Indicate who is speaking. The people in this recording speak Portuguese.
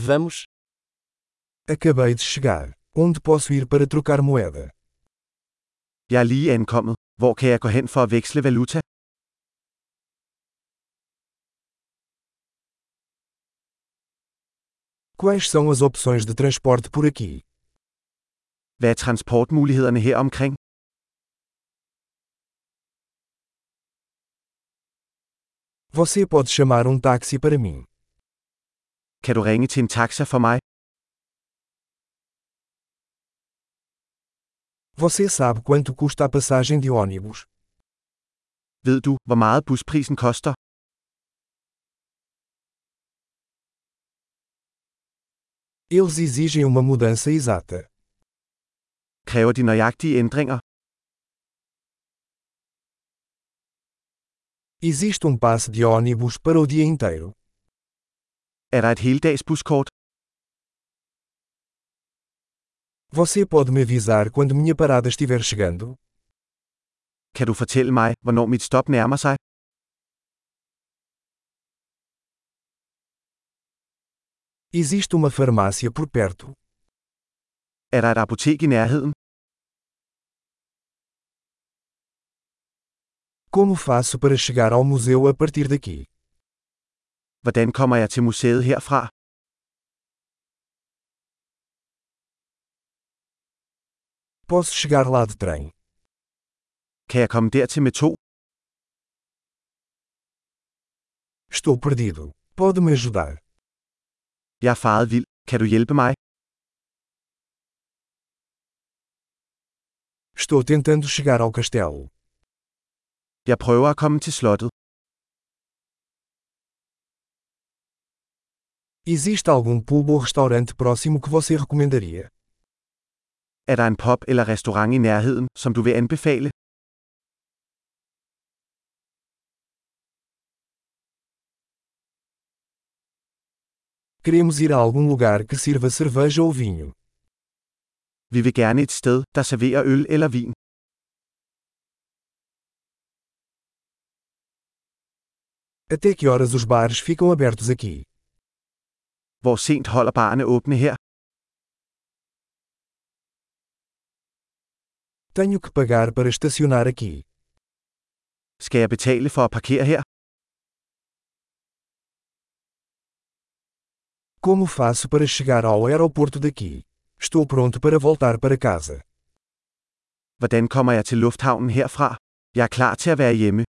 Speaker 1: Vamos.
Speaker 2: Acabei de chegar. Onde posso ir para trocar moeda?
Speaker 3: Jeg er lige ankommet. Hvor kan jeg gå hen for at veksle valuta?
Speaker 2: Quais são as opções de transporte por aqui?
Speaker 3: Hvad er transportmulighederne her omkring?
Speaker 2: Você pode chamar um táxi para mim.
Speaker 3: Kan du ringe til en taxa for mig?
Speaker 2: Você sabe quanto custa a passagem de ônibus?
Speaker 3: Ved du, hvor meget busprisen koster?
Speaker 2: Eles exigem uma mudança exata.
Speaker 3: Kræver de nøjagtige ændringer?
Speaker 2: Existe um passe de ônibus para o dia inteiro.
Speaker 3: Er der et heldags buskort?
Speaker 2: Você pode me avisar quando minha parada estiver chegando?
Speaker 3: Kan du fortælle mig, hvornår mit stop nærmer sig?
Speaker 2: Existe uma farmácia por perto.
Speaker 3: Er der et apotek i nærheden?
Speaker 2: Como faço para chegar ao museu a partir daqui?
Speaker 3: Hvordan kommer jeg til museet herfra?
Speaker 2: Posso chegar lá de trem.
Speaker 3: Kan jeg komme dertil med to?
Speaker 2: Estou perdido. Pode me ajudar?
Speaker 3: Jeg er faret vild. Kan du hjælpe mig?
Speaker 2: Estou tentando chegar ao castelo.
Speaker 3: Jeg prøver at komme til slottet.
Speaker 2: Existe algum pub ou restaurante próximo que você recomendaria?
Speaker 3: Er der en pub eller restaurant i nærheden, som du vil anbefale?
Speaker 2: Queremos ir a algum lugar que sirva cerveja ou vinho.
Speaker 3: Vi vil gerne et sted, der serverer øl eller vin.
Speaker 2: Até que horas os bares ficam abertos aqui?
Speaker 3: Hvor sent holder barne åbne her?
Speaker 2: Tenho que pagar para estacionar aqui.
Speaker 3: Skal jeg betale for at parkere her?
Speaker 2: Como faço para chegar ao aeroporto daqui? Estou pronto para voltar para casa.
Speaker 3: Hvordan kommer jeg til lufthavnen herfra? Jeg er klar til at være hjemme.